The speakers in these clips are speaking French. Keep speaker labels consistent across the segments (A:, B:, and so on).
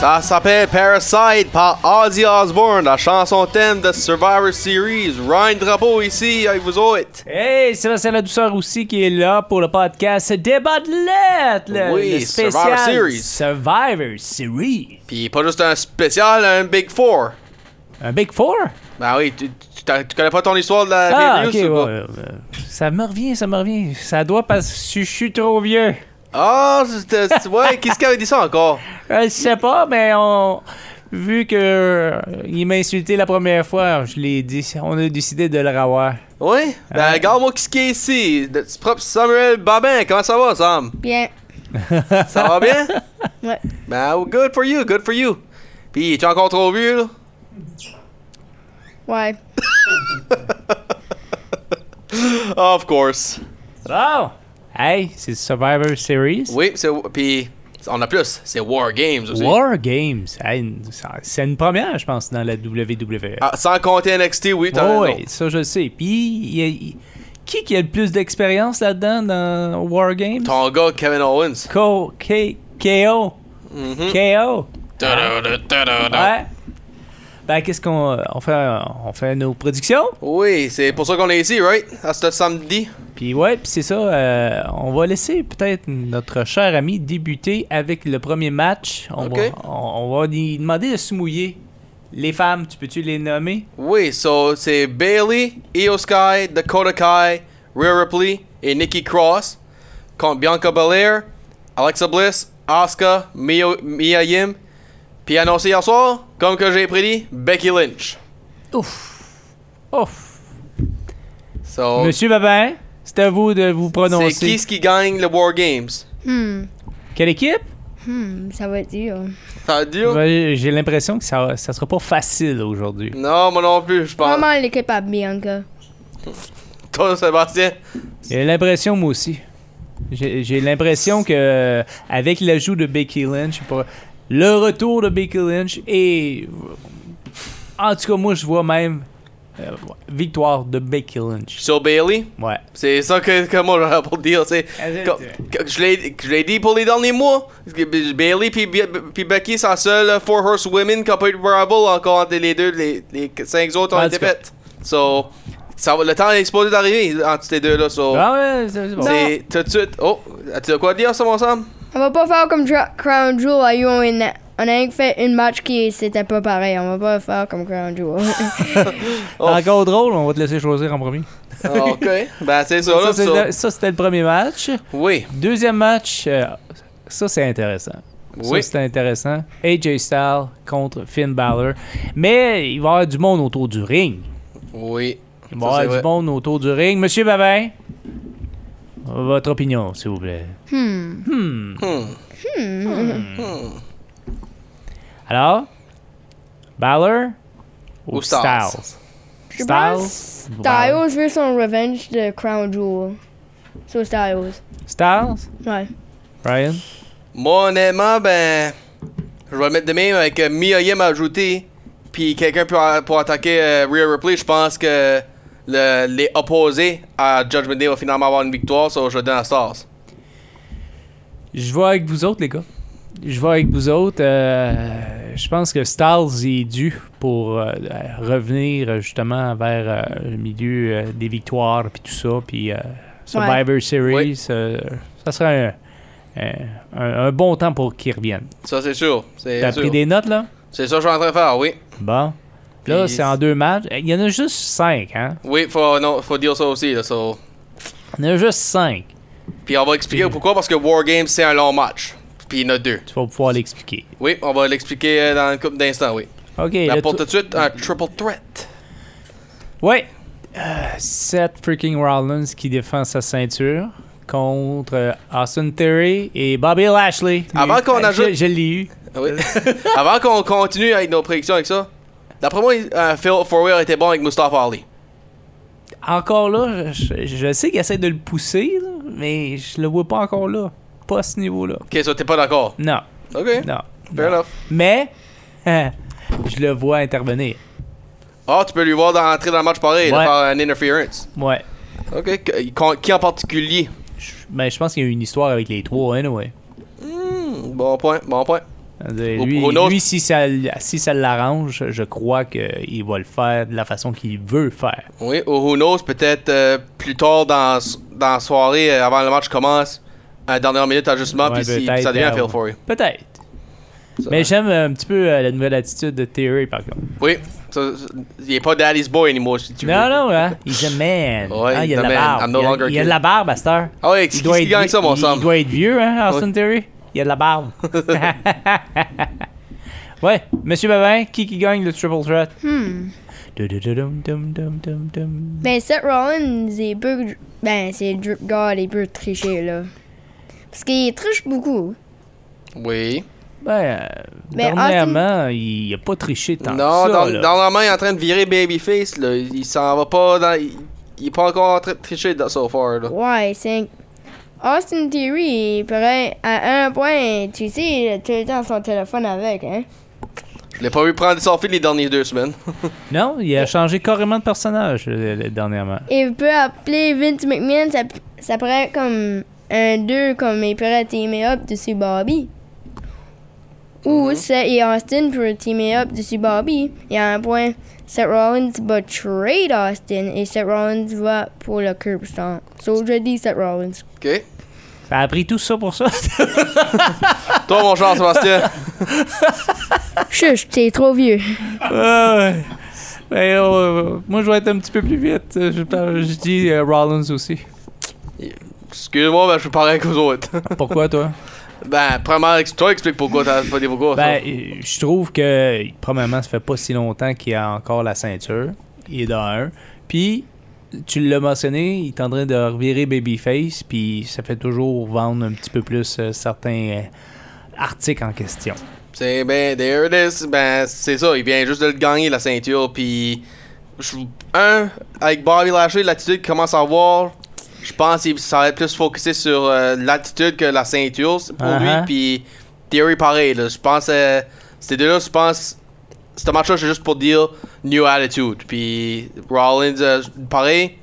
A: Ça s'appelle Parasite par Ozzy Osbourne, la chanson thème de Survivor Series. Ryan Drapeau ici avec vous autres.
B: Hey, Sébastien La Douceur aussi qui est là pour le podcast Débat de lettres, le,
A: Oui,
B: le spécial
A: Survivor Series.
B: Survivor Series.
A: Puis pas juste un spécial, un Big Four.
B: Un Big Four?
A: Ben oui, tu, tu- t'as- tu connais pas ton histoire de la
B: Ah,
A: pay-per-view,
B: ok,
A: c'est
B: ouais,
A: pas?
B: ouais, ouais. ça me revient, ça me revient. Ça doit parce que je suis trop vieux.
A: Ah, c'était- c'est- ouais, qu'est-ce qu'il avait dit ça encore?
B: Euh, Je sais pas, mais on... Vu que euh, il m'a insulté la première fois, je l'ai dit, on a décidé de le ravoir.
A: Oui? Ben,
B: Ah.
A: regarde-moi qui qui est ici. De- C'est propre Samuel Babin. Comment ça va, Sam?
C: Bien.
A: Ça va bien?
C: Ouais.
A: ben, well, good for you, good for you. Puis, tu es encore trop vieux, là?
C: Ouais.
A: Of course.
B: Bon! Hey, c'est Survivor Series.
A: Oui, c'est. Puis, on a plus. C'est War Games aussi.
B: War Games. Hey, une- ça- c'est une première, je pense, dans la E. WWE.
A: Ah, sans compter NXT, oui, t'as
B: Oh,
A: raison.
B: ouais, ça je le sais. Puis, il y a- il- qui qui a le plus d'expérience là-dedans dans War Games?
A: Ton gars, Kevin Owens.
B: Ko- K- KO.
A: Mhm.
B: KO.
A: Ta-da-da, ta-da-da.
B: Ouais. Ben, qu'est-ce qu'on on fait? On fait nos productions.
A: Oui, c'est pour ça qu'on est ici, right? À ce samedi.
B: Puis, ouais, puis c'est ça. euh, on va laisser peut-être notre cher ami débuter avec le premier match. On,
A: Ok.
B: va, on, on va lui demander de se mouiller. Les femmes, tu peux-tu les nommer?
A: Oui, so c'est Bailey, Io Sky, Dakota Kai, Rhea Ripley et Nikki Cross contre Bianca Belair, Alexa Bliss, Asuka, Mio- Mia Yim. Puis annoncé hier soir, comme que j'ai prédit, Becky Lynch.
B: Ouf. Ouf.
A: So,
B: Monsieur Babin, c'est à vous de vous
A: Oh. c'est
B: prononcer.
A: qui ce qui gagne le War Games?
C: Hmm.
B: Quelle équipe?
C: Hmm. Ça va être dur.
A: T'as dit? oh?
B: Ben, J'ai l'impression que ça, ça sera pas facile aujourd'hui.
A: Non, moi non plus, je pense.
C: Vraiment l'équipe à Bianca.
A: Toi, Sébastien.
B: J'ai l'impression, moi aussi. J'ai j'ai l'impression que euh, avec l'ajout de Becky Lynch, pour- le retour de Becky Lynch et. En tout cas, moi, je vois même euh, victoire de Becky Lynch.
A: So, Bailey,
B: Ouais.
A: c'est ça que, que moi j'aurais pour dire. c'est- Co- co- Je l'ai- je l'ai dit pour les derniers mois. Bailey puis Bi- puis Becky sont seuls Four Horsewomen qui n'ont pas eu de Rumble encore entre les deux. Les, les cinq autres ont
B: En
A: été
B: tout cas.
A: faites. So, ça, va- le temps est supposé d'arriver entre ces deux-là. So,
B: Ah ouais, c'est c'est bon.
A: c'est tout de suite. Oh, tu as quoi dire, ça, mon Sam?
C: On va pas faire comme Dra- Crown Jewel à You On a rien que fait une match qui c'était pas pareil. On va pas faire comme Crown Jewel.
B: T'es Encore drôle, on va te laisser choisir en premier.
A: ok. Ben, c'est ça, là.
B: Ça, c'est
A: so-
B: le- ça, c'était le premier match.
A: Oui.
B: Deuxième match, euh, ça c'est intéressant.
A: Oui.
B: Ça c'est intéressant. AJ Styles contre Finn Balor. Mais il va y avoir du monde autour du ring.
A: Oui.
B: Il
A: Ça,
B: va y avoir
A: c'est
B: du
A: vrai.
B: monde autour du ring. Monsieur Babin, votre opinion s'il vous plaît.
C: hmm.
B: Hmm.
A: Hmm.
B: Alors, Balor ou,
A: Ou Styles?
C: Je
B: Styles?
C: pense Styles veut son revenge de Crown Jewel. So Styles.
B: Styles?
C: Ouais.
B: Ryan?
A: Moi, honnêtement, ben. Je vais le mettre de même avec euh, Mia Yim ajouté. Puis quelqu'un pour, pour attaquer euh, Rhea Ripley. Je pense que le- les opposés à Judgment Day vont finalement avoir une victoire. So, je le donne à Stars.
B: Je vais avec vous autres, les gars. Je vais avec vous autres. Euh, je pense que Styles est dû pour euh, revenir euh, justement vers euh, le milieu euh, des victoires puis tout ça. Puis euh, Survivor Series,
A: Oui.
B: euh, ça serait un, un- un- un bon temps pour qu'il revienne.
A: Ça, c'est sûr. C'est
B: T'as
A: sûr.
B: pris des notes, là?
A: C'est ça que je suis en train de faire, oui.
B: Bon. Là,
A: Puis-
B: c'est en deux matchs. Eh, Il y en a juste cinq, hein?
A: Oui, faut, non, faut dire ça aussi. Là, so.
B: Il y en a juste cinq.
A: Puis on va expliquer
B: Puis-
A: pourquoi. Parce que War Games, c'est un long match. Puis il y en a deux.
B: Tu vas pouvoir l'expliquer.
A: Oui, on va l'expliquer euh, dans une couple d'instants, oui.
B: OK.
A: Ben,
B: le
A: pour
B: tou-
A: tout de suite, un triple threat.
B: Ouais. Euh, Seth freaking Rollins qui défend sa ceinture contre euh, Austin Theory et Bobby Lashley.
A: Avant qu'on
B: Je-
A: ajoute-
B: Je, l'ai eu.
A: Ah oui. Avant qu'on continue avec nos prédictions avec ça, d'après moi, euh, Phil Forwell était bon avec Mustafa Ali.
B: Encore là, je, je sais qu'il essaie de le pousser, là, mais je le vois pas encore là. Pas à ce niveau-là.
A: Ok, ça t'es pas d'accord.
B: Non,
A: Ok,
B: non.
A: fair
B: non.
A: enough.
B: Mais, je le vois intervenir.
A: Ah, tu peux lui voir dans- entrer dans le match pareil, là,
B: Ouais.
A: faire un interference.
B: Ouais.
A: Ok, que- con- qui en particulier
B: Je- ben, je pense qu'il y a eu une histoire avec les trois, anyway.
A: Hmm, Bon point, bon point.
B: Je veux dire,
A: Ou
B: Lui,
A: pour une autre-
B: lui, si ça, l- si ça l'arrange, je crois qu'il va le faire de la façon qu'il veut faire.
A: Oui, ou who knows, peut-être euh, plus tard dans, dans la soirée, euh, avant le match commence, à la dernière minute ajustement,
B: Ouais,
A: puis si-
B: peut-être,
A: ça devient un
B: euh,
A: fail for you.
B: Peut-être.
A: Ça-
B: Mais j'aime euh, un petit peu euh, la nouvelle attitude de Theory, par contre.
A: Oui, ça- ça- il est pas daddy's boy anymore, si tu veux.
B: Non, non, hein. He's a man.
A: Ouais,
B: Ah, il
A: he's
B: a
A: a
B: de la
A: man.
B: barbe.
A: I'm no
B: il,
A: longer
B: a,
A: a
B: il a de
A: kid.
B: la barbe à cette heure.
A: Ah ouais, qui, qui gagne ça, mon
B: il-
A: Sam?
B: il doit être vieux, hein, Austin Theory? Il a de la barbe. ouais, Monsieur Babin, qui qui gagne le triple threat?
C: Hmm.
B: Dum-dum-dum, dum-dum-dum.
C: Ben, Seth Rollins, il peut. Ben, c'est Drip God, il peut tricher, là. Parce qu'il triche beaucoup.
A: Oui.
B: Ben, euh,
C: Mais
B: dernièrement, il a pas triché tant
A: non,
B: que ça.
A: dans-
B: là.
A: normalement, il est en train de virer babyface, là. Il il s'en va pas dans... Il, il est pas encore en train de tricher, dans- so far, là.
C: Ouais, c'est. Austin Theory, il pourrait, à un point, tu sais, il a tout le temps son téléphone avec, hein.
A: Je l'ai pas vu prendre des selfies les dernières deux semaines.
B: Non, il a changé carrément de personnage euh, le- dernièrement.
C: Il peut appeler Vince McMahon, ça, ça pourrait être comme un 2, comme il pourrait teamer up dessus Bobby. Ou Seth et Austin pourraient teamer up dessus Bobby. Et à un point, Seth Rollins va trade Austin et Seth Rollins va pour le curb stomp. So je dis Seth Rollins.
A: OK?
B: T'as appris tout ça pour ça?
A: Toi, mon cher Sébastien.
C: Chuch, t'es trop vieux.
B: Ouais, ouais. Ben, euh, moi, je vais être un petit peu plus vite. Euh, Je, par- je dis euh, Rollins aussi.
A: Excuse-moi, ben, je suis pareil qu'aux autres.
B: Pourquoi, toi?
A: ben, premièrement, ex- toi, explique pourquoi t'as pas dit pourquoi. ça.
B: Ben, euh, je trouve que, premièrement, ça fait pas si longtemps qu'il a encore la ceinture. Il est dans un. Puis, tu l'as mentionné, il est en train de revirer Babyface, puis ça fait toujours vendre un petit peu plus euh, certains euh, articles en question.
A: C'est ben, there it is. Ben, c'est ça. Il vient juste de le gagner, la ceinture. Puis, je- un, avec Bobby Lashley, l'attitude qu'il commence à avoir, je pense que ça va être plus focusé sur euh, l'attitude que la ceinture c'est pour
B: Uh-huh.
A: lui. Puis, Theory, pareil. là. Je pense, euh, ces deux-là, je pense, ce match-là, c'est juste pour dire New Attitude. Puis, Rollins, euh, pareil.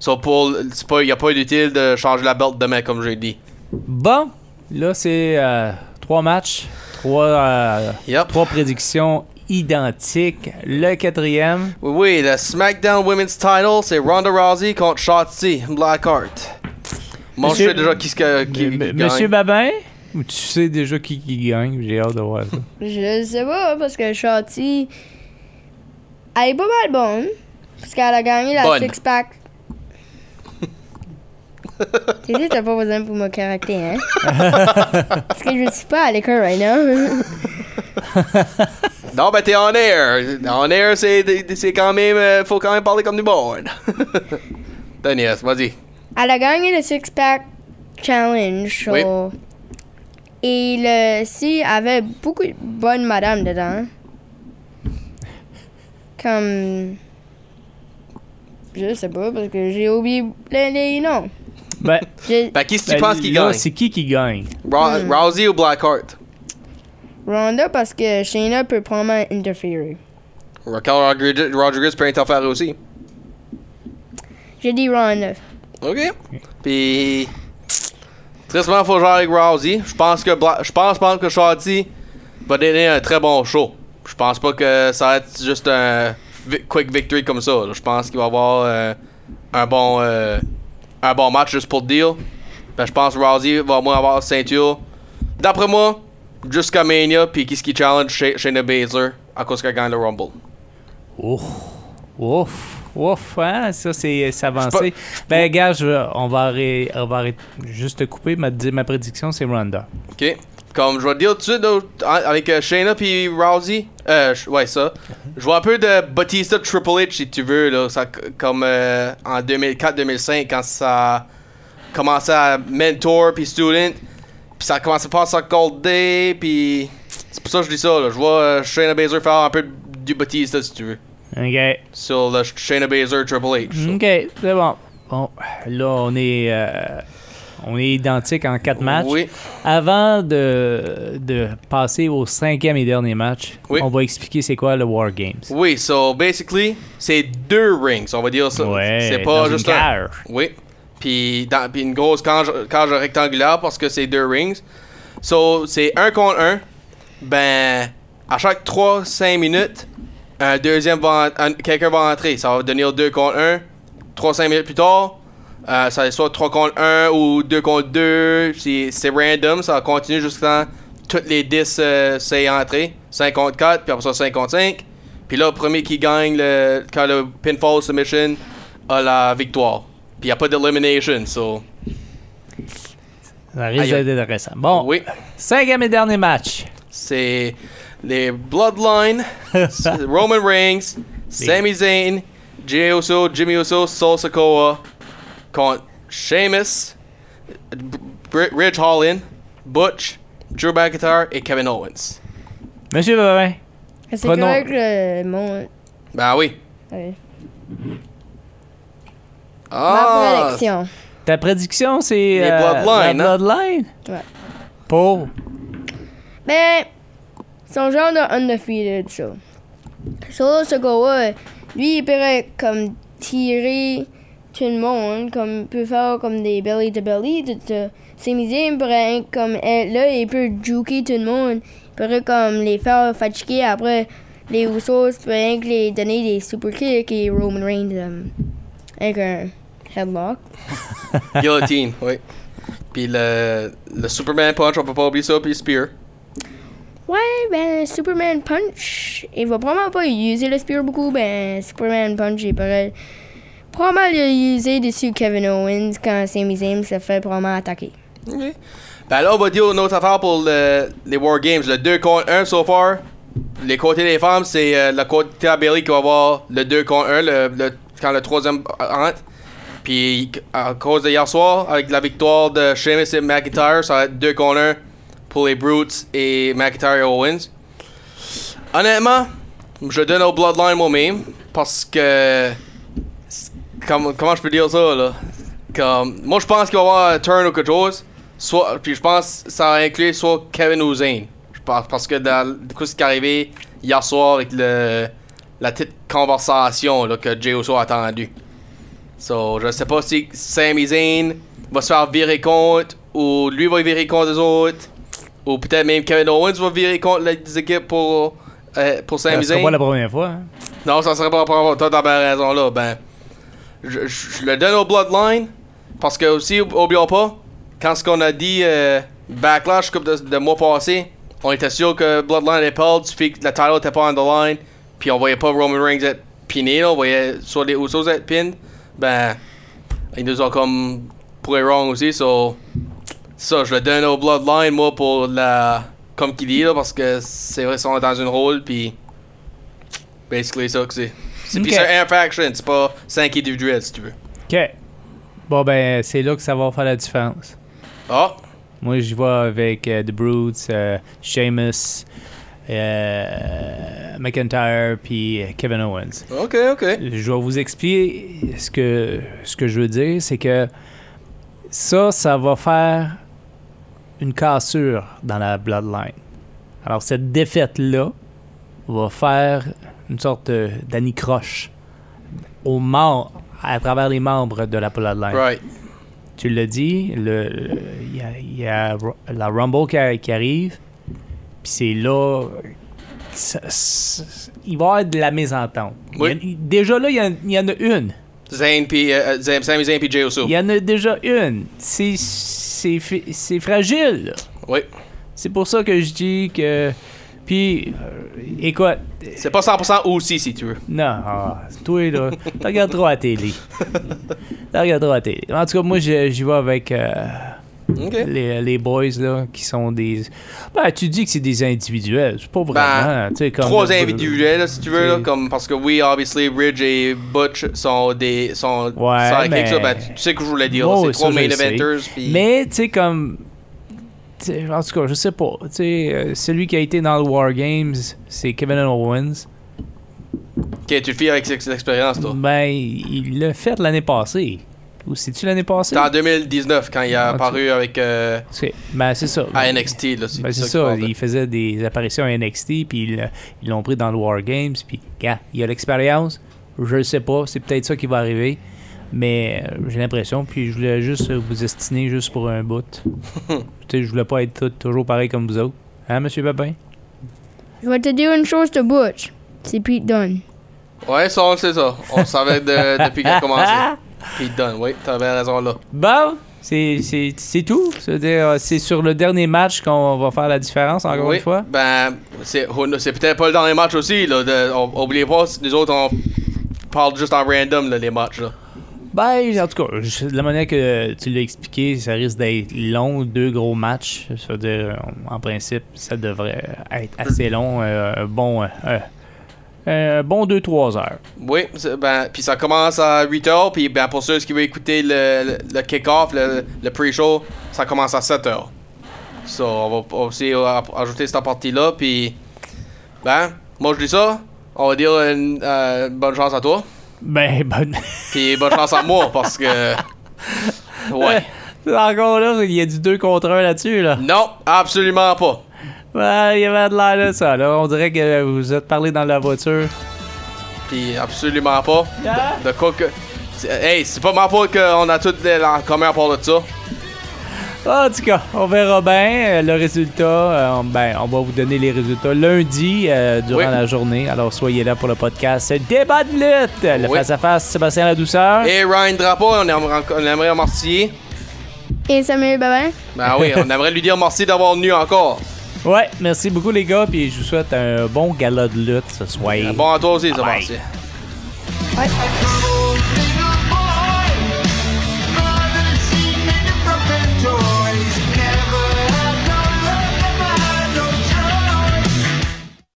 A: So, pour, c'est pas- il n'y a pas d'utile de changer la belt demain, comme j'ai dit.
B: Bon, là, c'est euh, trois matchs, trois, euh,
A: Yep.
B: trois prédictions identiques. Le quatrième,
A: Oui, oui, le SmackDown Women's Title, c'est Ronda Rousey contre Shotzi Blackheart. Moi, je
B: Monsieur-
A: sais déjà qui, se ca- qui,
B: M-
A: qui
B: M-
A: gagne.
B: Monsieur Babin, tu sais déjà qui, qui gagne, j'ai hâte de voir ça.
C: Je sais pas, parce que Shorty, elle est pas mal bonne. Parce qu'elle a gagné la
A: Bonne.
C: six-pack. tu sais, t'as pas besoin pour mon caractère, hein? parce que je suis pas à l'école right now.
A: Non, ben t'es on air. On air, c'est c'est quand même... euh, faut quand même parler comme du monde. Daniel, vas-y.
C: elle a gagné le six-pack challenge. so-
A: Oui.
C: Et le si avait beaucoup de bonnes madames dedans. Comme. Je sais pas, parce que j'ai oublié plein des noms.
B: Ben,
C: J'ai-
A: Ben, qui est-ce que
B: ben,
A: tu penses qui
B: là,
A: gagne?
B: C'est qui qui gagne?
A: Ra- Rousey ou Blackheart?
C: Ronda parce que Shayna peut probablement interférer.
A: Raquel Rodriguez- Rodriguez peut interférer aussi.
C: J'ai dit Ronda.
A: OK. Puis... Tristement, faut jouer avec Rousey. Je pense que Bla- je pense, je pense que Shotzi va donner un très bon show. Je pense pas que ça va être juste un vi- quick victory comme ça. là. Je pense qu'il va avoir euh, un bon euh, un bon match juste pour le deal. Ben, je pense que Rousey va au moins avoir ceinture. D'après moi, jusqu'à Mania, puis qu'est-ce qui challenge Shay- Shayna Baszler à cause qu'elle gagne le Rumble.
B: Ouf, ouf, ouf, hein, ça c'est c'est avancé. Ben, gars, je- on va arrêter, on va arrêter- juste te couper, ma, dire ma prédiction, c'est Ronda.
A: Ok. Comme je vais te dire tout de suite, là, en- avec euh, Shayna puis Rousey, euh, ch- ouais, ça. Je vois un peu de Batista Triple H si tu veux, là, ça, c- comme euh, en 2004-2005 quand ça commençait à mentor puis student, puis ça commençait pas à s'accorder, puis c'est pour ça que je dis ça. Là. Je vois euh, Shayna Baszler faire un peu du Batista si tu veux,
B: OK.
A: sur le Shayna Baszler Triple H. ça.
B: OK, c'est bon. Bon, là, on est, euh, on est identique en quatre matchs.
A: Oui.
B: Avant de, de passer au cinquième et dernier match,
A: Oui.
B: on va expliquer c'est quoi le War Games.
A: Oui, so basically, c'est deux rings, on va dire ça.
B: Ouais,
A: c'est pas
B: dans une
A: juste un.
B: cage.
A: Oui. Puis, dans, puis une grosse cage, cage rectangulaire parce que c'est deux rings. So, c'est un contre un. ben, à chaque 3-5 minutes, un deuxième va en- un- quelqu'un va entrer. Ça va devenir 2 contre 1. 3-5 minutes plus tard, euh, ça va être soit 3 contre 1 ou 2 contre 2. C'est c'est random, ça va continuer jusqu'à toutes les 10 euh, c'est entré. 5 contre 4, puis après ça 5 contre 5. Puis là, le premier qui gagne le, quand le pinfall submission a la victoire. Puis il n'y a pas d'elimination, so.
B: Ça risque
A: Aïe.
B: d'être intéressant. Bon,
A: Oui.
B: cinquième et dernier match.
A: C'est les Bloodline, c'est Roman Reigns, Sami Zayn, Jey Uso, Jimmy Uso, Sol Sokoa contre Sheamus, B- B- Ridge Holland, Butch, Drew McIntyre et Kevin Owens.
B: Monsieur Babin,
C: C'est
B: Prenons-
C: correct le monde.
A: Ben oui.
C: Ouais. Ma
A: Ah,
C: prédiction.
B: ta prédiction, c'est. euh,
A: Les
B: la
A: Bloodline, hein?
B: Bloodline?
C: Ouais.
B: Pour.
C: Ben, son genre de undefeated, ça. Solo Sokoa, lui, il pourrait comme tirer tout le monde, comme il peut faire comme des belly to belly, tout ça. Ses misères, il pourrait être comme être là, il peut juker tout le monde. Il pourrait comme les faire fatiguer après. Les Usos pourraient rien que les donner des super kicks et Roman Reigns euh, avec un headlock.
A: guillotine, oui. Puis le, le Superman Punch, on peut pas oublier ça, puis Spear.
C: Ouais, ben Superman Punch, il va probablement pas utiliser le spear beaucoup, ben Superman Punch, il pourrait probablement l'utiliser dessus Kevin Owens quand Sami Zayn se fait probablement attaquer.
A: Ok. Ben là, on va dire une autre affaire pour le- les War Games. Le 2 contre 1 so far. Les côtés des femmes, c'est euh, le côté à Bailey qui va avoir le 2 contre 1 le, le- quand le troisième rentre. Puis à cause de hier soir, avec la victoire de Sheamus et McIntyre, ça va être 2 contre 1 pour les Brutes et McIntyre et Owens. Honnêtement, je donne au Bloodline moi-même parce que. c'est- Comme, comment je peux dire ça là? Comme, moi je pense qu'il va y avoir un turn ou quelque chose. Soit, puis je pense que ça va inclure soit Kevin ou Zayn. Je pense parce que dans, du coup, ce qui est arrivé hier soir avec le, la petite conversation là, que Jey Uso a attendu. So, je sais pas si Sami Zayn va se faire virer contre ou lui va virer contre les autres. Ou peut-être même Kevin Owens va virer contre les équipes pour, euh, pour Sami
B: C'est
A: Zayn.
B: pas la première fois. hein.
A: Non, ça serait pas pour toi t'as bien raison là. Ben, je, je- je le donne au Bloodline parce que aussi oub- oublions pas quand ce qu'on a dit euh, backlash comme de, de mois passé, on était sûr que Bloodline allait perdre, puis que la title était pas on the line, puis on voyait pas Roman Reigns être piné, là, on voyait sur les Usos être pinned. Ben, ils nous ont comme prouvé wrong aussi, so ça je le donne au Bloodline moi pour la comme qu'il dit là parce que c'est vrai ils sont dans une rôle puis Basically, ça que c'est. C'est puis
B: Ok.
A: c'est un faction, c'est pas 5 individuels si tu veux.
B: OK. Bon, ben, c'est là que ça va faire la différence.
A: Ah,
B: Moi, j'y vais avec euh, The Brutes, euh, Sheamus, euh, McIntyre, puis euh, Kevin Owens.
A: ok, ok.
B: Je vais vous expliquer ce que, ce que je veux dire, c'est que ça, ça va faire une cassure dans la Bloodline. Alors, cette défaite-là va faire une sorte de- d'anicroche aux membres, à travers les membres de la Bloodline.
A: Right.
B: Tu l'as dit, le- le- il y a- il y, a Ru- la Rumble qui, a- qui arrive, puis c'est là. ça- ça- il va y avoir de la mésentente.
A: Oui.
B: Il y en- déjà là, il y, en- il y en a une.
A: Zayn puis euh, euh, Zayn- Sami Zayn puis Jey Uso.
B: Il y en a déjà une. C'est- C'est fi- c'est fragile. là.
A: Oui.
B: C'est pour ça que je dis que. Puis, euh, écoute,
A: C'est pas 100% aussi si tu veux.
B: Non, ah, toi là, t'en regardes trop à la télé. T'en regardes trop à la télé. En tout cas, moi j'ai- j'y vais avec euh,
A: Ok.
B: les, les boys là, qui sont des. Ben, tu dis que c'est des individuels, c'est pas vraiment. tu sais, comme
A: Ben, Trois
B: le-
A: individuels là, si tu veux là,
B: c'est-
A: comme parce que oui, obviously Ridge et Butch sont des sont
B: Ouais,
A: sidekicks
B: mais-
A: là, ben tu tu sais que je voulais dire,
B: Oh,
A: c'est trois
B: ça, je
A: main
B: le sais.
A: eventers puis
B: Mais, tu sais, comme. tu sais, En tout cas, je sais pas. Tu sais, euh, celui qui a été dans le War Games, c'est Kevin Owens.
A: OK, tu le fais avec cette cette expérience toi.
B: Ben, il il l'a fait l'année passée. Ou c'est-tu l'année passée?
A: C'était en 2019 quand il est
B: Ah, tu-
A: apparu avec euh,
B: C'est- Ben, c'est ça.
A: à Ah, NXT là,
B: Ben, c'est
A: que je
B: ça,
A: parle de.
B: il faisait des apparitions à NXT, puis ils l'a- ils l'ont pris dans le War Games, puis gars, il a l'expérience, je le sais pas, c'est peut-être ça qui va arriver, mais euh, j'ai l'impression, puis je voulais juste euh, vous estiner juste pour un bout. tu sais, je voulais pas être tout- toujours pareil comme vous autres. Hein, monsieur Babin?
C: Je vais te dire une chose, te butch. C'est Pete Dunne.
A: Ouais, ça, on le sait, ça. On le savait de- depuis qu'elle a commencé. Pete Dunne, oui, t'avais raison là.
B: Ah, Bon, c'est- c'est c'est tout. C'est-à-dire, euh, C'est sur le dernier match qu'on va faire la différence, encore
A: oui,
B: une fois.
A: Ben, c'est on- c'est peut-être pas le dernier match aussi, là. de- on- oubliez pas, les autres, on parle juste en random, là, les matchs, là.
B: Ben, en tout cas, je- de la manière que tu l'as expliqué, ça risque d'être long, deux gros matchs. Ça veut dire, euh, en principe, ça devrait être assez long, euh, un bon, euh, euh, un bon 2-3 heures.
A: Oui, c'est- ben, puis ça commence à 8h, puis ben, pour ceux qui veulent écouter le, le, le kick-off, le, le pre-show, ça commence à 7h. So, on va aussi euh, ajouter cette partie-là, puis ben, moi je dis ça, on va dire une, euh, bonne chance à toi,
B: Ben, bonne.
A: puis bonne chance à moi, parce que. Ouais.
B: Encore là, il y a du 2 contre 1 là-dessus, là.
A: Non, absolument pas.
B: Ben, il y avait de l'air de ça, là. On dirait que vous êtes parlé dans la voiture.
A: Puis absolument pas. De quoi que. c'est- Hey, c'est pas ma faute qu'on a tout en commun à part de ça.
B: Ah, En tout cas, on verra bien euh, le résultat. euh, on- ben, on va vous donner les résultats lundi euh, durant
A: Oui.
B: la journée. Alors soyez là pour le podcast Débat de lutte. Le
A: Oui.
B: face à face Sébastien La Douceur.
A: Et Ryan Drapeau, on aimerait, on aimerait remercier.
C: Et Samuel Babin.
A: Ben oui, on aimerait lui dire merci d'avoir venu encore.
B: Ouais, merci beaucoup les gars, puis je vous souhaite un bon gala de lutte ce soir.
A: Bon à toi aussi, ça,
B: Bye.
A: merci.
D: Bye.